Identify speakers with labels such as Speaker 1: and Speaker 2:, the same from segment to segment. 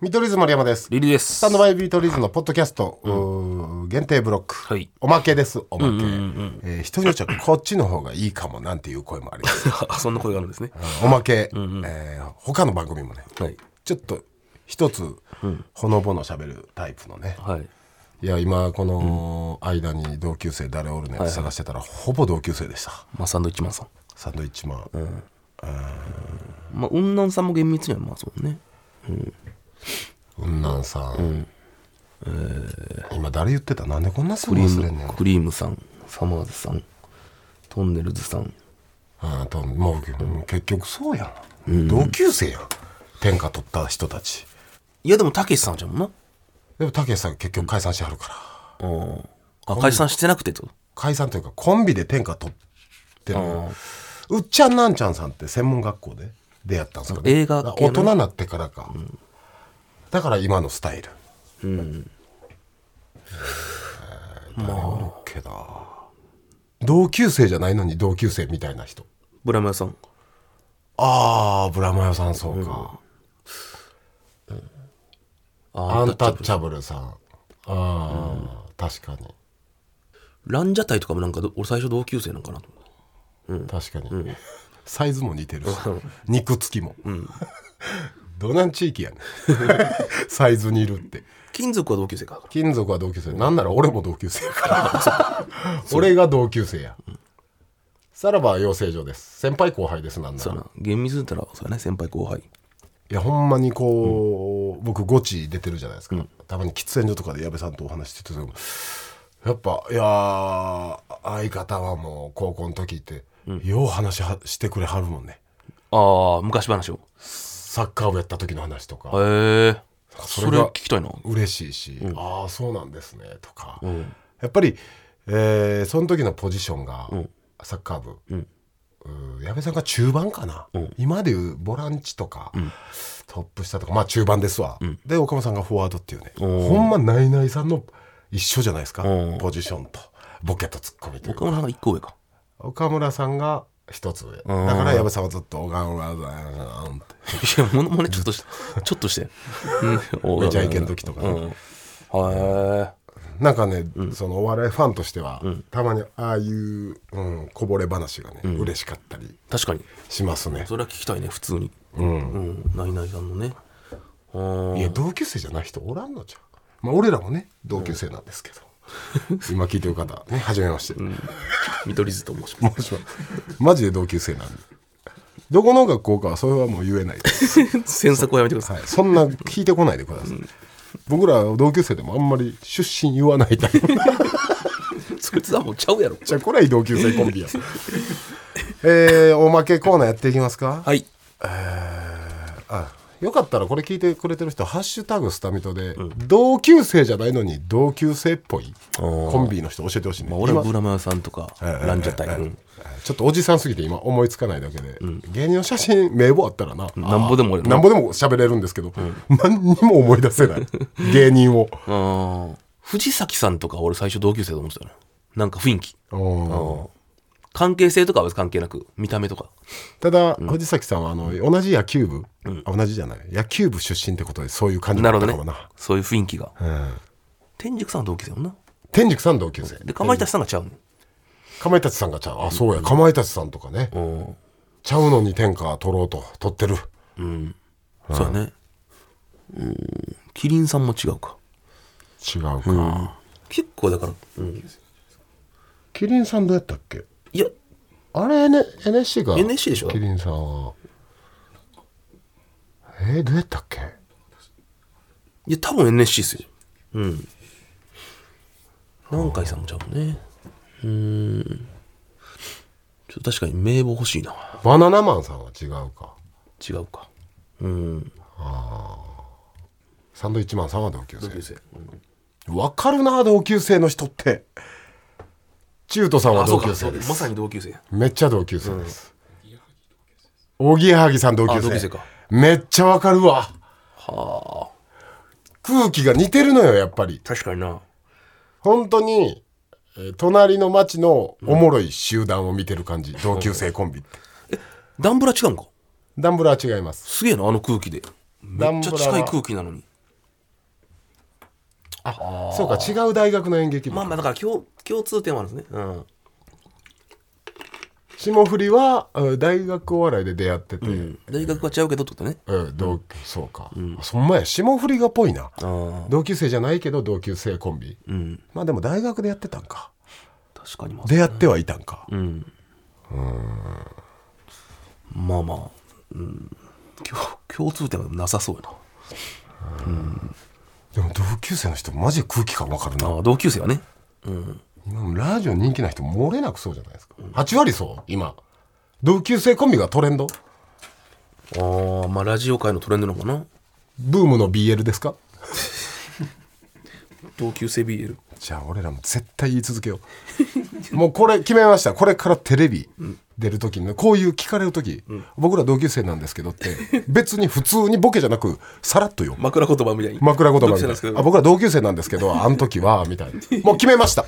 Speaker 1: 見取り図森山です。
Speaker 2: リリです。
Speaker 1: スタンドバイビートリーズのポッドキャスト、うー限定ブロック、
Speaker 2: はい
Speaker 1: おまけです、おまけ。えー人によっちゃこっちの方がいいかもなんていう声もあります。
Speaker 2: あそんな声があるんですね。
Speaker 1: おまけ、えー他の番組もね、
Speaker 2: はい
Speaker 1: ちょっと一つ、ほのぼの喋るタイプのね。
Speaker 2: はい。
Speaker 1: いや、今この間に同級生誰おるねって探してたら、ほぼ同級生でした。
Speaker 2: まあ、サンドイッチマンさん。
Speaker 1: サンドイッチマン。
Speaker 2: まあ、雲南さんも厳密にはまあそうね。
Speaker 1: うんなんさん、今誰言ってたなんでこんなす
Speaker 2: ク
Speaker 1: ぐ
Speaker 2: リ
Speaker 1: 忘れんね
Speaker 2: ー
Speaker 1: ん
Speaker 2: ム、クリームさん、サマーズさん、トンネルズさん。
Speaker 1: あともうもう結局そうやん、同級生やん天下取った人たち
Speaker 2: いや、でも、たけしさんじゃもんな。
Speaker 1: でもたけしさん結局解散してはるから
Speaker 2: うん。あ、解散してなくてと。
Speaker 1: 解散というかコンビで天下取ってる
Speaker 2: うん
Speaker 1: うっちゃんなんちゃんさんって専門学校で出会ったんですかね
Speaker 2: 映画系の
Speaker 1: だから大人になってからか、だから今のスタイルうん誰おるっけな同級生じゃないのに同級生みたいな人
Speaker 2: ブラマヨさん。
Speaker 1: ああブラマヨさんそうか、ア
Speaker 2: あ
Speaker 1: ンタッチャブルさんああ、確かに
Speaker 2: ランジャタイとかもなんかど、俺最初同級生なんかなと思った
Speaker 1: 確かに、サイズも似てるし肉付きも、どなん地域やねん サイズにいるって
Speaker 2: 金属は同級生かだか
Speaker 1: 金属は同級生なんなら俺も同級生やから俺が同級生や、さらば養成所です先輩後輩ですなんなら
Speaker 2: ら。そうやな。厳密に言ったら、そうやね、先輩後輩。
Speaker 1: いやほんまにこう、僕ゴチ出てるじゃないですか、たまに喫煙所とかで矢部さんとお話ししててもやっぱいやー相方はもう高校の時って、よう話はしてくれはるもんね
Speaker 2: ああ、昔話を。
Speaker 1: サッカーをやった時の話とか、
Speaker 2: へえ。
Speaker 1: それ
Speaker 2: それ
Speaker 1: が
Speaker 2: 聞きたいな。
Speaker 1: 嬉しいし、ああそうなんですねとか、やっぱり、えーその時のポジションがサッカー部、うん矢部さんが中盤かな、今でいうボランチとか、トップ下とかまあ中盤ですわ、で岡本さんがフォワードっていうねほんまナイナイさんの一緒じゃないですか
Speaker 2: うん
Speaker 1: ポジションとボケとツッコミという
Speaker 2: 岡村さんが一個上か。
Speaker 1: 岡村さんが一つ上だから矢部さんはずっと岡村さんって
Speaker 2: いや、ものまねちょっとして、ちょっと して。うん
Speaker 1: めちゃイケの時とかね、
Speaker 2: は
Speaker 1: なんかね、そのお笑いファンとしては、たまにああいう、うん、こぼれ話がね、嬉しかったり
Speaker 2: い。確かに。
Speaker 1: しますね。
Speaker 2: それは聞きたいね、普通に。
Speaker 1: うん、
Speaker 2: うん。ナイナイさんのね。あ
Speaker 1: い
Speaker 2: ー
Speaker 1: や同級生じゃない人おらんのじゃん。まあ俺らもね同級生なんですけど、今聞いてる方ね初めまして。
Speaker 2: 見取り図と申し ま
Speaker 1: もしもマジで同級生なんで。どこの学校かはそれはもう言えない です。
Speaker 2: す。詮索をやめてください。
Speaker 1: はい、そんな聞いてこないでください。僕ら同級生でもあんまり出身言わないタイプ。
Speaker 2: そいつはもうちゃうやろ。
Speaker 1: じゃあこれは同級生コン ビや。えー、おまけコーナーやっていきますか。
Speaker 2: はい。
Speaker 1: あよかったらこれ聞いてくれてる人「ハッシュタグスタミトで」同級生じゃないのに同級生っぽいコンビの人教えてほしいね、
Speaker 2: まあ、俺
Speaker 1: 今
Speaker 2: はブラマヨさんとか、ランジャタイ。うん
Speaker 1: ちょっとおじさんすぎて今思いつかないだけで、芸人の写真名簿あったらな
Speaker 2: なんぼでも俺
Speaker 1: なんぼでも喋れるんですけど、何にも思い出せ ない芸人を
Speaker 2: あー藤崎さんとか俺最初同級生と思ってたのよなんか雰囲気。
Speaker 1: うん
Speaker 2: 関係性とかは関係なく、見た目とか。
Speaker 1: ただ、藤崎さんはあの同じ野球部、あ同じじゃない野球部出身ってことでそういう感じだ
Speaker 2: なる
Speaker 1: ったか
Speaker 2: ほど
Speaker 1: もな
Speaker 2: ね。そういう雰囲気が。
Speaker 1: うん
Speaker 2: 天竺さんは同級生やもんな。
Speaker 1: 天竺さん同級生
Speaker 2: で、かまいたちさんがちゃうねん
Speaker 1: かまいたちさんがちゃうあそうやかまいたちさんとかね、
Speaker 2: うん。
Speaker 1: ちゃうのに天下取ろうと取ってる
Speaker 2: そうやね。うん。キリンさんも違うか。
Speaker 1: 違うか、
Speaker 2: 結構だから、うん、
Speaker 1: キリンさんどうやったっけ
Speaker 2: いや、
Speaker 1: あれ、N、NSC が
Speaker 2: NSC でしょ
Speaker 1: キリンさんはえー、どうやったっけ
Speaker 2: いや、多分 NSC っすよ。うん。南海さんもちゃうもんね。うーん。ちょっと確かに名簿欲しいな。
Speaker 1: バナナマンさんは違うか
Speaker 2: 違うか。うん。
Speaker 1: サンドイッチマンさんは同級生
Speaker 2: 生。
Speaker 1: わかるな同級生の人って中途さんは
Speaker 2: あ、そ
Speaker 1: 同
Speaker 2: うか、
Speaker 1: 級
Speaker 2: そ
Speaker 1: 生
Speaker 2: う。
Speaker 1: で
Speaker 2: ますさに同級生や。
Speaker 1: めっちゃ同級生ですおぎやはぎさん同級生
Speaker 2: あ同級生か
Speaker 1: めっちゃわかるわ
Speaker 2: はあ。
Speaker 1: 空気が似てるのよやっぱり
Speaker 2: 確かにな。
Speaker 1: 本当に、えー隣の町のおもろい集団を見てる感じ、同級生コンビって
Speaker 2: ダンブラ違うんか
Speaker 1: ダンブラは違います
Speaker 2: すげえな、あの空気で。めっち
Speaker 1: ダンブ
Speaker 2: ゃ
Speaker 1: ラ
Speaker 2: 近い
Speaker 1: は
Speaker 2: 空気なのに。
Speaker 1: あそうか違う大学の演劇部
Speaker 2: まあまあだから共共通点もあるんですねうん
Speaker 1: 霜降りはうん大学お笑いで出会ってて、うん
Speaker 2: 大学は違うけどってことね
Speaker 1: 同そうか、あそんまや霜降りがぽいな
Speaker 2: あ
Speaker 1: 同級生じゃないけど同級生コンビ
Speaker 2: あうん
Speaker 1: まあでも大学でやってたんか
Speaker 2: 確かにまあ
Speaker 1: 出会ってはいたんか、
Speaker 2: うんまあまあ、うん、共共通点はなさそうや
Speaker 1: でも同級生の人マジ空気感わかる
Speaker 2: な
Speaker 1: な
Speaker 2: ああ同級生はねうん
Speaker 1: 今もラジオ人気な人漏れなくそうじゃないですか8割そう今同級生コンビがトレンド
Speaker 2: ああまあラジオ界のトレンドなのかな
Speaker 1: ブームの BL ですか
Speaker 2: 同級生 BL
Speaker 1: じゃあ俺らも絶対言い続けよう もうこれ決めましたこれからテレビ出る時にこういう聞かれる時、僕ら同級生なんですけどって別に普通にボケじゃなくさらっとよ
Speaker 2: 枕言葉みたいに
Speaker 1: 枕言葉
Speaker 2: 同
Speaker 1: み
Speaker 2: 級
Speaker 1: た
Speaker 2: 生ない
Speaker 1: な
Speaker 2: んですけ
Speaker 1: あ
Speaker 2: ど
Speaker 1: 僕ら同級生なんですけどあの時はみたいなもう決めました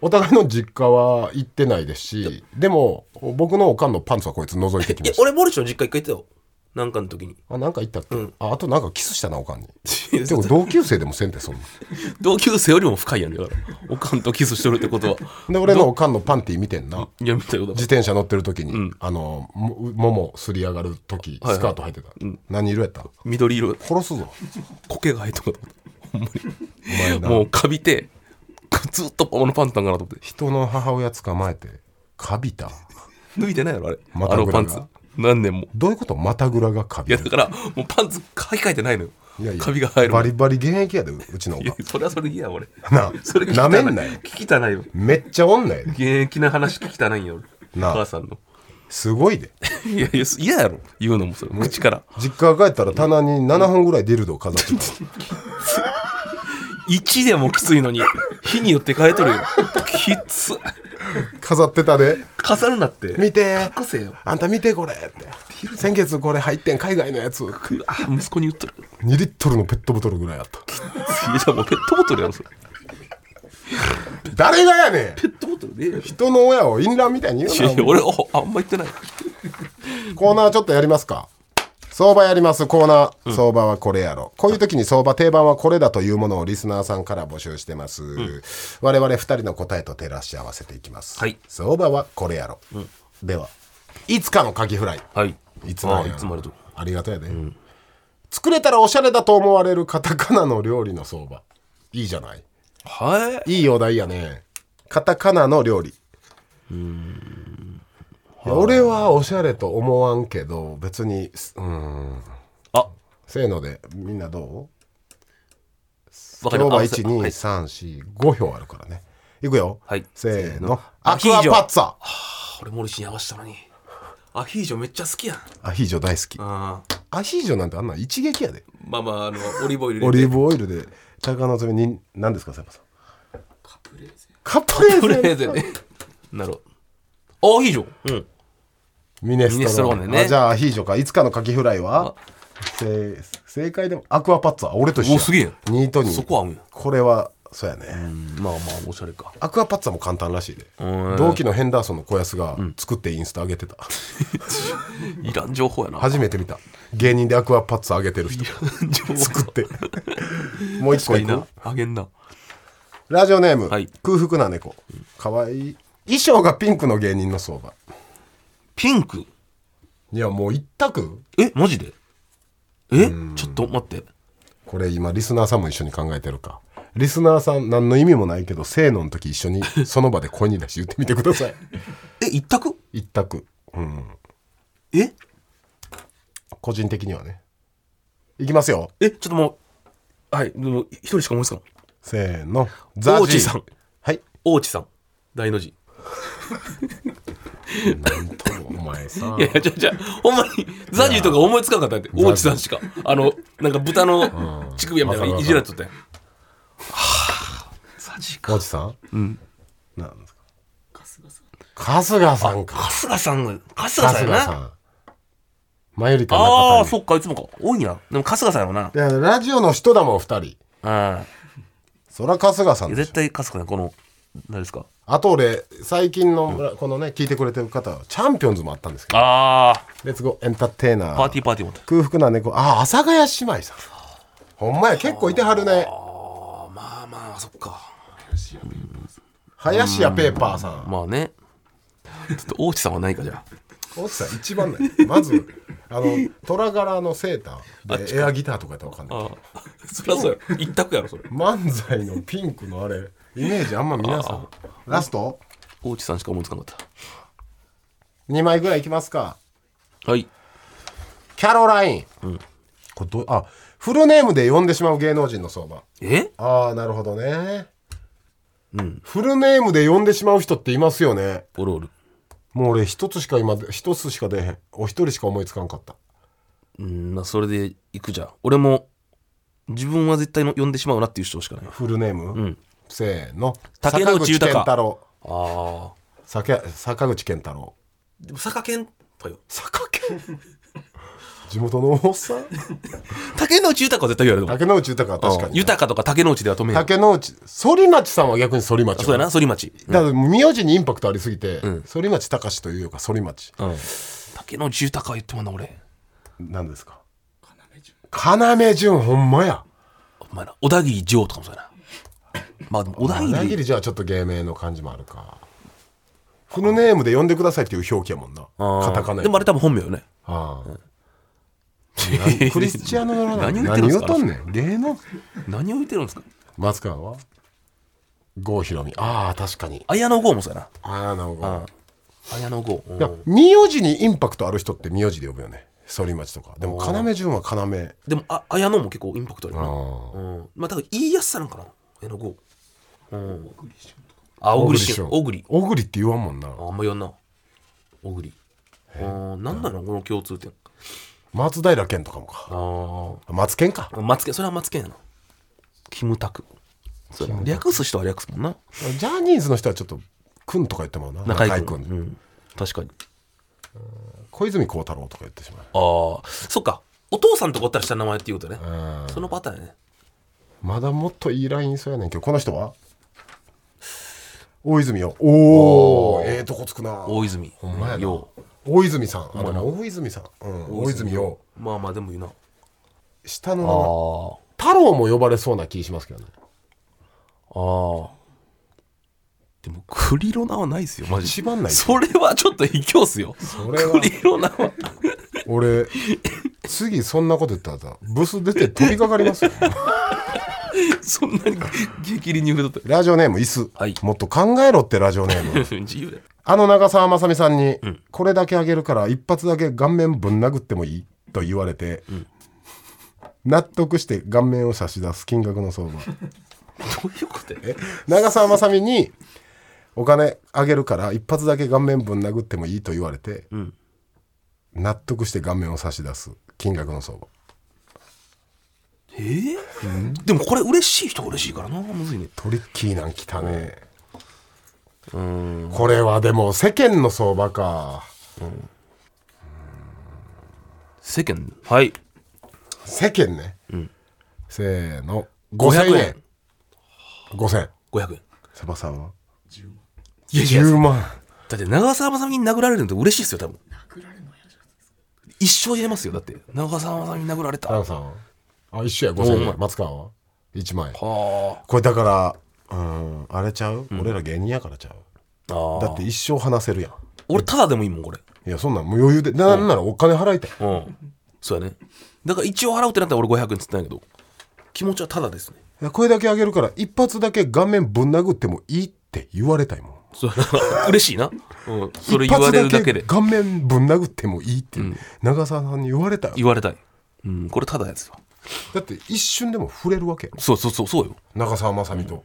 Speaker 1: お互いの実家は行ってないですしでも僕のおかんのパンツはこいつ覗いてき
Speaker 2: い
Speaker 1: ま
Speaker 2: や
Speaker 1: した
Speaker 2: 俺モルチの実家一回行ったよなんかの時に
Speaker 1: あなんか言ったっけ、ああとなんかキスしたなおかんに
Speaker 2: いや
Speaker 1: でも同級生でもせんてそんな
Speaker 2: 同級生よりも深いやんねだからおかんとキスしてるってことは
Speaker 1: で俺のおかんのパンティー見てんない
Speaker 2: やみたいなこと
Speaker 1: 自転車乗ってる時に、あのもももすり上がる時スカート履いてた、何色やった
Speaker 2: 緑色
Speaker 1: 殺すぞ
Speaker 2: 苔が生えとるかと思ったほん
Speaker 1: お前な
Speaker 2: まにもうカビてずっとこのパンツなんかなと思って
Speaker 1: 人の母親捕まえてカビた
Speaker 2: 脱いでないやろあれ
Speaker 1: ま
Speaker 2: あ
Speaker 1: た
Speaker 2: の
Speaker 1: ぐらい
Speaker 2: パン
Speaker 1: が
Speaker 2: ツ何年も
Speaker 1: どういうことまたぐらがカ
Speaker 2: い
Speaker 1: ビ
Speaker 2: や
Speaker 1: る
Speaker 2: だからもうパンツ買い替えてないのよ
Speaker 1: いやいや
Speaker 2: カビが入る
Speaker 1: バリバリ現役やでうちのお
Speaker 2: い
Speaker 1: か
Speaker 2: や
Speaker 1: ん
Speaker 2: それはそれでいいや俺
Speaker 1: なあ
Speaker 2: それ聞き
Speaker 1: な
Speaker 2: た
Speaker 1: め
Speaker 2: い
Speaker 1: んなよ
Speaker 2: 聞きたないよ
Speaker 1: めっちゃ女やで
Speaker 2: 現役な話聞きたないんよ俺
Speaker 1: なあ
Speaker 2: 母さんの
Speaker 1: すごいで
Speaker 2: いやいや嫌やろ言うのもそれ口から
Speaker 1: 実家帰ったら棚に7本ぐらいディルドを飾ってた
Speaker 2: 1でもきついのに火によって変えとるよきつ
Speaker 1: 飾ってたで
Speaker 2: 飾るなって
Speaker 1: 見て
Speaker 2: 隠せよ
Speaker 1: あんた見てこれって先月これ入ってん海外のやつ2
Speaker 2: くあ息子に言っとる
Speaker 1: リットルのペットボトルぐらいあった
Speaker 2: いやじゃあもうペットボトルやろそれ
Speaker 1: 誰がやねん
Speaker 2: ペットボトルで
Speaker 1: 人の親をインランみたいに言うなお前
Speaker 2: 俺おあんま言ってない
Speaker 1: コーナーちょっとやりますか相場やりますコーナー、相場はこれやろこういう時に相場定番はこれだというものをリスナーさんから募集してます、我々2人の答えと照らし合わせていきます、
Speaker 2: はい
Speaker 1: 相場はこれやろ、ではいつかのカキフライ
Speaker 2: はい
Speaker 1: いつも
Speaker 2: あいつもありがとう
Speaker 1: ありがとうやで、作れたらおしゃれだと思われるカタカナの料理の相場いいじゃない
Speaker 2: はい
Speaker 1: いいお題やね。カタカナの料理。いや俺はおしゃれと思わんけど、別に、すうん。
Speaker 2: あ
Speaker 1: せーので、みんなどう
Speaker 2: わか
Speaker 1: 今
Speaker 2: り
Speaker 1: 日は
Speaker 2: ま
Speaker 1: 1、
Speaker 2: した
Speaker 1: 2、
Speaker 2: はい
Speaker 1: 3、4、5票あるからね。いくよ。
Speaker 2: はい
Speaker 1: せーの。
Speaker 2: ア
Speaker 1: ア
Speaker 2: ヒ
Speaker 1: ク
Speaker 2: ー
Speaker 1: ア
Speaker 2: ジョ
Speaker 1: パッツァ。
Speaker 2: 俺モルシン合わしたのにアヒージョめっちゃ好きやん
Speaker 1: アヒージョ大好き。
Speaker 2: あー
Speaker 1: アヒージョなんてあんなん一撃やで。
Speaker 2: まあまああのオリーブオイル
Speaker 1: オ
Speaker 2: 入れて
Speaker 1: リーブオイルで、高のつめに、何ですか、佐山さん。
Speaker 2: カプレーゼ
Speaker 1: カプレーゼ。
Speaker 2: カプレーゼねなるほどアヒージョうん
Speaker 1: ミネス
Speaker 2: ミネス
Speaker 1: ト
Speaker 2: ト
Speaker 1: ロ
Speaker 2: ロ
Speaker 1: ー
Speaker 2: ー
Speaker 1: ネ
Speaker 2: ネね
Speaker 1: あじゃあアヒージョかいつかのカキフライはせ正解でもアクアパッツァ俺と一緒
Speaker 2: おすげえ
Speaker 1: ニートに
Speaker 2: そこ合うんや
Speaker 1: これはそうやね、
Speaker 2: まあまあおしゃれか
Speaker 1: アクアパッツァも簡単らしいで
Speaker 2: うん
Speaker 1: 同期のヘンダーソンの小安が作ってインスタ上げてた、
Speaker 2: いらん情報や な
Speaker 1: 初めて見た芸人でアクアパッツァ上げてる人作 ってもう一個
Speaker 2: 確か
Speaker 1: い
Speaker 2: に
Speaker 1: く
Speaker 2: なあげんな
Speaker 1: ラジオネーム、
Speaker 2: はい
Speaker 1: 空腹な猫かわいい衣装がピンクの芸人の相場
Speaker 2: ピンク
Speaker 1: いやもう一択
Speaker 2: えマジでえちょっと待って
Speaker 1: これ今リスナーさんも一緒に考えてるかリスナーさん何の意味もないけど「せーの」の時一緒 にその場で声に出して言ってみてください
Speaker 2: え 一択
Speaker 1: 一択うん
Speaker 2: え
Speaker 1: 個人的にはねいきますよ
Speaker 2: えちょっともうはいでも一人しか思いつかない
Speaker 1: せーのザ
Speaker 2: 王子さん
Speaker 1: はい
Speaker 2: 大地さん大の字
Speaker 1: なんともお前さ
Speaker 2: いやいやじゃじゃほんまにザジーとか思いつかなかったんやって
Speaker 1: や
Speaker 2: 大地さんしかあのなんか豚の乳首やみたいなのいじられとったんやはあザジーか
Speaker 1: 王子さんうんなんですか春日さんか
Speaker 2: 春日さんが春日さ
Speaker 1: 春
Speaker 2: んや
Speaker 1: 日
Speaker 2: な
Speaker 1: さんマユリカ
Speaker 2: ああ
Speaker 1: 中
Speaker 2: そっかいつもか多いなでも春日さんやろな
Speaker 1: 谷いやラジオの人だもん二人
Speaker 2: うん
Speaker 1: そら春日さ
Speaker 2: い
Speaker 1: ん
Speaker 2: や
Speaker 1: でしょ
Speaker 2: 絶対春日さんこの何ですか
Speaker 1: あと俺最近のこのね聞いてくれてる方はチャンピオンズもあったんですけど
Speaker 2: ああ
Speaker 1: レッツゴーエンターテイナー
Speaker 2: パーティーパーティーも
Speaker 1: 空腹な猫あ阿佐ヶ谷姉妹さんほんまや結構いてはるね
Speaker 2: あまあまあそっか
Speaker 1: 林家ペーパーさん
Speaker 2: まあねちょっと大内さんはないかじゃ
Speaker 1: 大津さん一番ないまずあの虎柄のセーターでエアギターとかやったら分かんない
Speaker 2: ああそりゃそうやろ一択やろそれ
Speaker 1: 漫才のピンクのあれイメージあんま皆さんラスト
Speaker 2: 大内さんしか思いつかなかっ
Speaker 1: 2枚ぐらいいきますか
Speaker 2: たはい
Speaker 1: キャロライン、これどうあフルネームで呼んでしまう芸能人の相場
Speaker 2: え
Speaker 1: ああなるほどねフルネームで呼んでしまう人っていますよね
Speaker 2: おるおる
Speaker 1: もう俺一つしか今一つしか出えへんお一人しか思いつかんかった
Speaker 2: うんなそれで行くじゃん俺も自分は絶対の呼んでしまうなっていう人しかない
Speaker 1: フルネーム、せーの
Speaker 2: 竹野内
Speaker 1: 坂口
Speaker 2: 豊
Speaker 1: 健太郎
Speaker 2: ああ
Speaker 1: 坂坂口健太郎
Speaker 2: でも坂健とかよ
Speaker 1: 坂健地元のおっさ ん
Speaker 2: 竹野内豊は絶対言われるもん
Speaker 1: 竹野内豊は確か
Speaker 2: うん
Speaker 1: に
Speaker 2: 豊かとか竹野内では止めへん
Speaker 1: 竹野内反町さんは逆に反町
Speaker 2: そうやな反町
Speaker 1: だから名字にインパクトありすぎて、反町隆史というか反町
Speaker 2: うん竹野内豊は言ってもんな俺
Speaker 1: なんですか要潤ほんまや
Speaker 2: お前な小田切城とかもそうやなまあでも小田
Speaker 1: 小田
Speaker 2: 切
Speaker 1: 切じゃあちょっと芸名の感じもあるかフルネームで呼んでくださいっていう表記やもんなカタカナ
Speaker 2: でもあれ多分本名よね
Speaker 1: ああクリスチアーノ・ロナウド
Speaker 2: 何を言ってるんで
Speaker 1: 何言
Speaker 2: すか
Speaker 1: うとんねん芸能
Speaker 2: 何を言ってるんですか
Speaker 1: 松川は郷ひろみああ確かに
Speaker 2: 綾野剛もそうや
Speaker 1: ああなるほど
Speaker 2: な綾野剛
Speaker 1: いや名字にインパクトある人って名字で呼ぶよね反町とかでも要潤は要
Speaker 2: でもあ綾野も結構インパクトあるよな
Speaker 1: あ
Speaker 2: うんまあ多分言いやすさなんかな綾野剛あ小栗旬小栗
Speaker 1: 小栗って言わんもんな
Speaker 2: ああんま言わんな小栗あーなんだろうこの共通点
Speaker 1: 松平健とかもか
Speaker 2: あ
Speaker 1: 松健か
Speaker 2: あマツケンそれはマツケンやなキムタクそうやな略す人は略すもんな
Speaker 1: ジャニーズの人はちょっと「くん」とか言ってもらうな
Speaker 2: 中
Speaker 1: 中
Speaker 2: 居
Speaker 1: 居
Speaker 2: 君
Speaker 1: 君
Speaker 2: うん確かに
Speaker 1: 小泉孝太郎とか言ってしまう
Speaker 2: ああそっかお父さんとこおったらした名前っていうことね
Speaker 1: うん
Speaker 2: そのパターンやね
Speaker 1: まだもっといいラインそうやねんけどこの人は大泉よおおええとこつくな
Speaker 2: 大泉
Speaker 1: ほんまやな
Speaker 2: よ
Speaker 1: 大泉さんあでも大泉さん、うん、大泉よ
Speaker 2: うまあまあでもいいな
Speaker 1: 下
Speaker 2: あ
Speaker 1: の
Speaker 2: ー
Speaker 1: 名前太郎も呼ばれそうな気しますけどね
Speaker 2: あーでもクリロナはないですよマジで
Speaker 1: 一番ない
Speaker 2: それはちょっと卑怯っすよ
Speaker 1: れは
Speaker 2: クリロナは
Speaker 1: 俺次そんなこと言ったらさブス出て飛びかかり ますよ
Speaker 2: そんなに激励に触れとっ
Speaker 1: ラジオネーム椅子、
Speaker 2: はい
Speaker 1: もっと考えろってラジオネーム
Speaker 2: た自由だよ
Speaker 1: あの長澤まさみさんに、これだけあげるから一発だけ顔面ぶん殴ってもいいと言われて、納得して顔面を差し出す金額の相場
Speaker 2: どういうことや
Speaker 1: 長澤まさみにお金あげるから一発だけ顔面ぶん殴ってもいいと言われて、納得して顔面を差し出す金額の相場
Speaker 2: えーでもこれ嬉しい人は嬉しいからなむずいね
Speaker 1: トリッキーなんきたねこれはでも世間の相場か
Speaker 2: 世間はい
Speaker 1: 世間ね、せーの
Speaker 2: 500
Speaker 1: 5000
Speaker 2: 円
Speaker 1: 円5000円
Speaker 2: 500円
Speaker 1: セバさんはい
Speaker 2: やいや
Speaker 1: 10万
Speaker 2: だって長澤まさみに殴られるのって嬉しいですよ多分殴られるの一生言えますよだって長澤まさみに殴られた
Speaker 1: ダ
Speaker 2: は
Speaker 1: ンさんはあ一緒や5000
Speaker 2: う
Speaker 1: 円松川は1万円
Speaker 2: あ
Speaker 1: これだからうんあれちゃう、俺ら芸人やからちゃう
Speaker 2: あー
Speaker 1: だって一生話せるやん
Speaker 2: 俺ただでもいいもんこれ
Speaker 1: いやそんなんもう余裕でななんならお金払いたい、
Speaker 2: うんそうやねだから一応払うってなったら俺500円っつったんやけど気持ちはただですね
Speaker 1: いやこれだけあげるから一発だけ顔面ぶん殴ってもいいって言われたいもん
Speaker 2: そうやな嬉しいな、うん、それ言われるだけ
Speaker 1: 一
Speaker 2: で
Speaker 1: 発顔面ぶん殴ってもいいって、長澤さんに言われたよ
Speaker 2: 言われたい、うん、これただやつよ
Speaker 1: だって一瞬でも触れるわけやろ
Speaker 2: そうそうそうそうよ
Speaker 1: 長澤まさみと、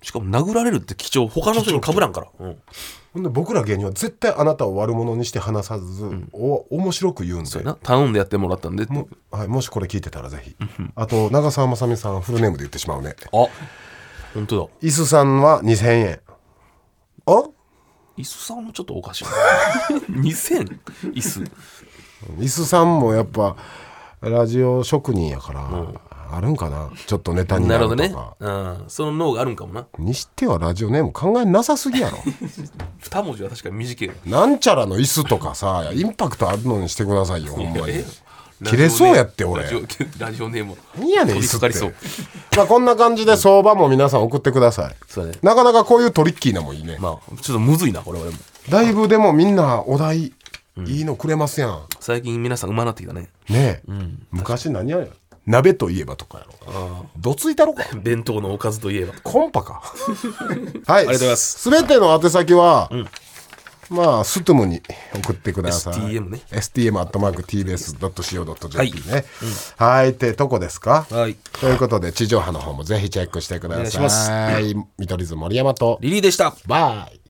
Speaker 2: しかも殴られるって貴重他の人に被らんから、うん、
Speaker 1: ほんで僕ら芸人は絶対あなたを悪者にして話さず、お面白く言うんで
Speaker 2: な頼んでやってもらったんでって
Speaker 1: も,、はい、もしこれ聞いてたらぜひあと長澤まさみさんフルネームで言ってしまうね
Speaker 2: あ本当だ
Speaker 1: 椅子さんは2000円あ
Speaker 2: 椅子さんもちょっとおかしい な2000椅 子
Speaker 1: 椅子さんもやっぱラジオ職人やから、あるんかなちょっとネタに
Speaker 2: な
Speaker 1: なる
Speaker 2: るほ
Speaker 1: と
Speaker 2: ど
Speaker 1: か
Speaker 2: ね、うん、その脳があるんかもな
Speaker 1: にしてはラジオネーム考えなさすぎやろ
Speaker 2: 二文字は確かに短いよ
Speaker 1: なんちゃらの椅子とかさ、インパクトあるのにしてくださいよ、ほんまに
Speaker 2: え。
Speaker 1: 切れそうやって俺
Speaker 2: ラジオラジオネーム
Speaker 1: 何やねん
Speaker 2: 取り
Speaker 1: 椅子
Speaker 2: か
Speaker 1: って
Speaker 2: かりそう
Speaker 1: まあこんな感じで相場も皆さん送ってください
Speaker 2: そうだね
Speaker 1: なかなかこういうトリッキーなもいいね、
Speaker 2: まあちょっとむずいなこれ俺も
Speaker 1: だいぶでもみんなお題いいのくれますやん、
Speaker 2: 最近皆さんうまなってきたね
Speaker 1: ねえ、昔何やろ鍋といえばとかやろどついたろか
Speaker 2: 弁当のおかずといえば
Speaker 1: コンパ かはいあり
Speaker 2: がとうございます
Speaker 1: すべての宛先は、まあストゥムに送ってください
Speaker 2: STM ね
Speaker 1: STM アットマーク TBS.CO.JP ねはいってとこですか
Speaker 2: はい
Speaker 1: ということで地上波の方もぜひチェックしてください
Speaker 2: お願いします
Speaker 1: 見取り図森山と
Speaker 2: リリーでした
Speaker 1: バイ